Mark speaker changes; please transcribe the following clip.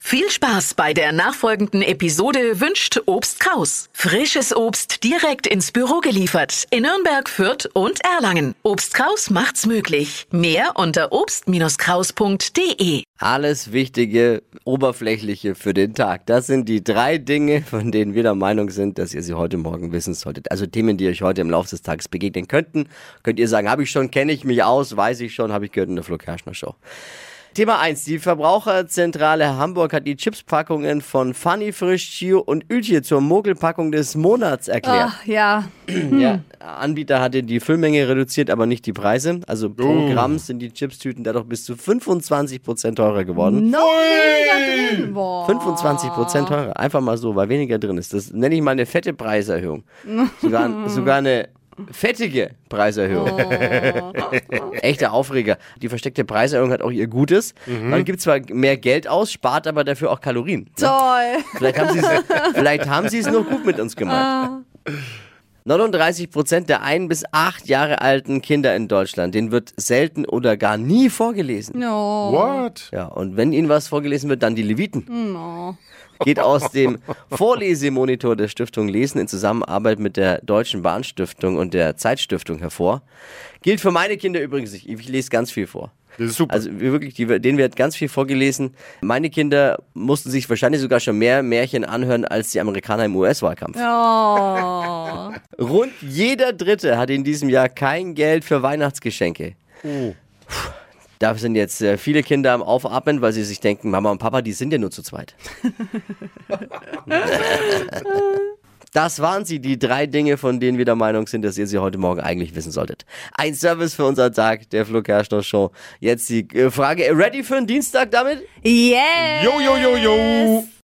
Speaker 1: Viel Spaß bei der nachfolgenden Episode wünscht Obst Kraus. Frisches Obst direkt ins Büro geliefert in Nürnberg, Fürth und Erlangen. Obst Kraus macht's möglich. Mehr unter obst-kraus.de.
Speaker 2: Alles Wichtige, Oberflächliche für den Tag. Das sind die drei Dinge, von denen wir der Meinung sind, dass ihr sie heute Morgen wissen solltet. Also Themen, die euch heute im Laufe des Tages begegnen könnten. Könnt ihr sagen, habe ich schon, kenne ich mich aus, weiß ich schon, habe ich gehört in der Flo Kerschner Show. Thema 1. Die Verbraucherzentrale Hamburg hat die Chipspackungen von Funny Frisch, Chio und Ütje zur Mogelpackung des Monats erklärt.
Speaker 3: Ach, ja.
Speaker 2: Ja, Anbieter hatte die Füllmenge reduziert, aber nicht die Preise. Also pro Gramm sind die Chipstüten dadurch bis zu 25% teurer geworden.
Speaker 3: Noch weniger drin. Boah.
Speaker 2: 25% teurer. Einfach mal so, weil weniger drin ist. Das nenne ich mal eine fette Preiserhöhung. Sogar, sogar eine fettige Preiserhöhung. Echter Aufreger. Die versteckte Preiserhöhung hat auch ihr Gutes. Man gibt zwar mehr Geld aus, spart aber dafür auch Kalorien.
Speaker 3: Toll.
Speaker 2: Vielleicht haben sie's- vielleicht haben sie es noch gut mit uns gemacht. 39 Prozent der ein bis acht Jahre alten Kinder in Deutschland, denen wird selten oder gar nie vorgelesen.
Speaker 3: No.
Speaker 4: What?
Speaker 2: Ja, und wenn ihnen was vorgelesen wird, dann die Leviten. Geht aus dem Vorlesemonitor der Stiftung Lesen in Zusammenarbeit mit der Deutschen Bahnstiftung und der Zeitstiftung hervor. Gilt für meine Kinder übrigens nicht. Ich lese ganz viel vor.
Speaker 4: Das ist super.
Speaker 2: Also wir wirklich, die, denen wird ganz viel vorgelesen. Meine Kinder mussten sich wahrscheinlich sogar schon mehr Märchen anhören als die Amerikaner im US-Wahlkampf.
Speaker 3: Oh.
Speaker 2: Rund jeder Dritte hat in diesem Jahr kein Geld für Weihnachtsgeschenke. Puh, Da sind jetzt äh, viele Kinder am Aufatmen, weil sie sich denken, Mama und Papa, die sind ja nur zu zweit. Das waren sie, die drei Dinge, von denen wir der Meinung sind, dass ihr sie heute Morgen eigentlich wissen solltet. Ein Service für unseren Tag, der Flo Kerschner Show. Jetzt die äh, Frage, ready für den Dienstag damit?
Speaker 3: Yes.
Speaker 4: Yo, yo, yo, yo.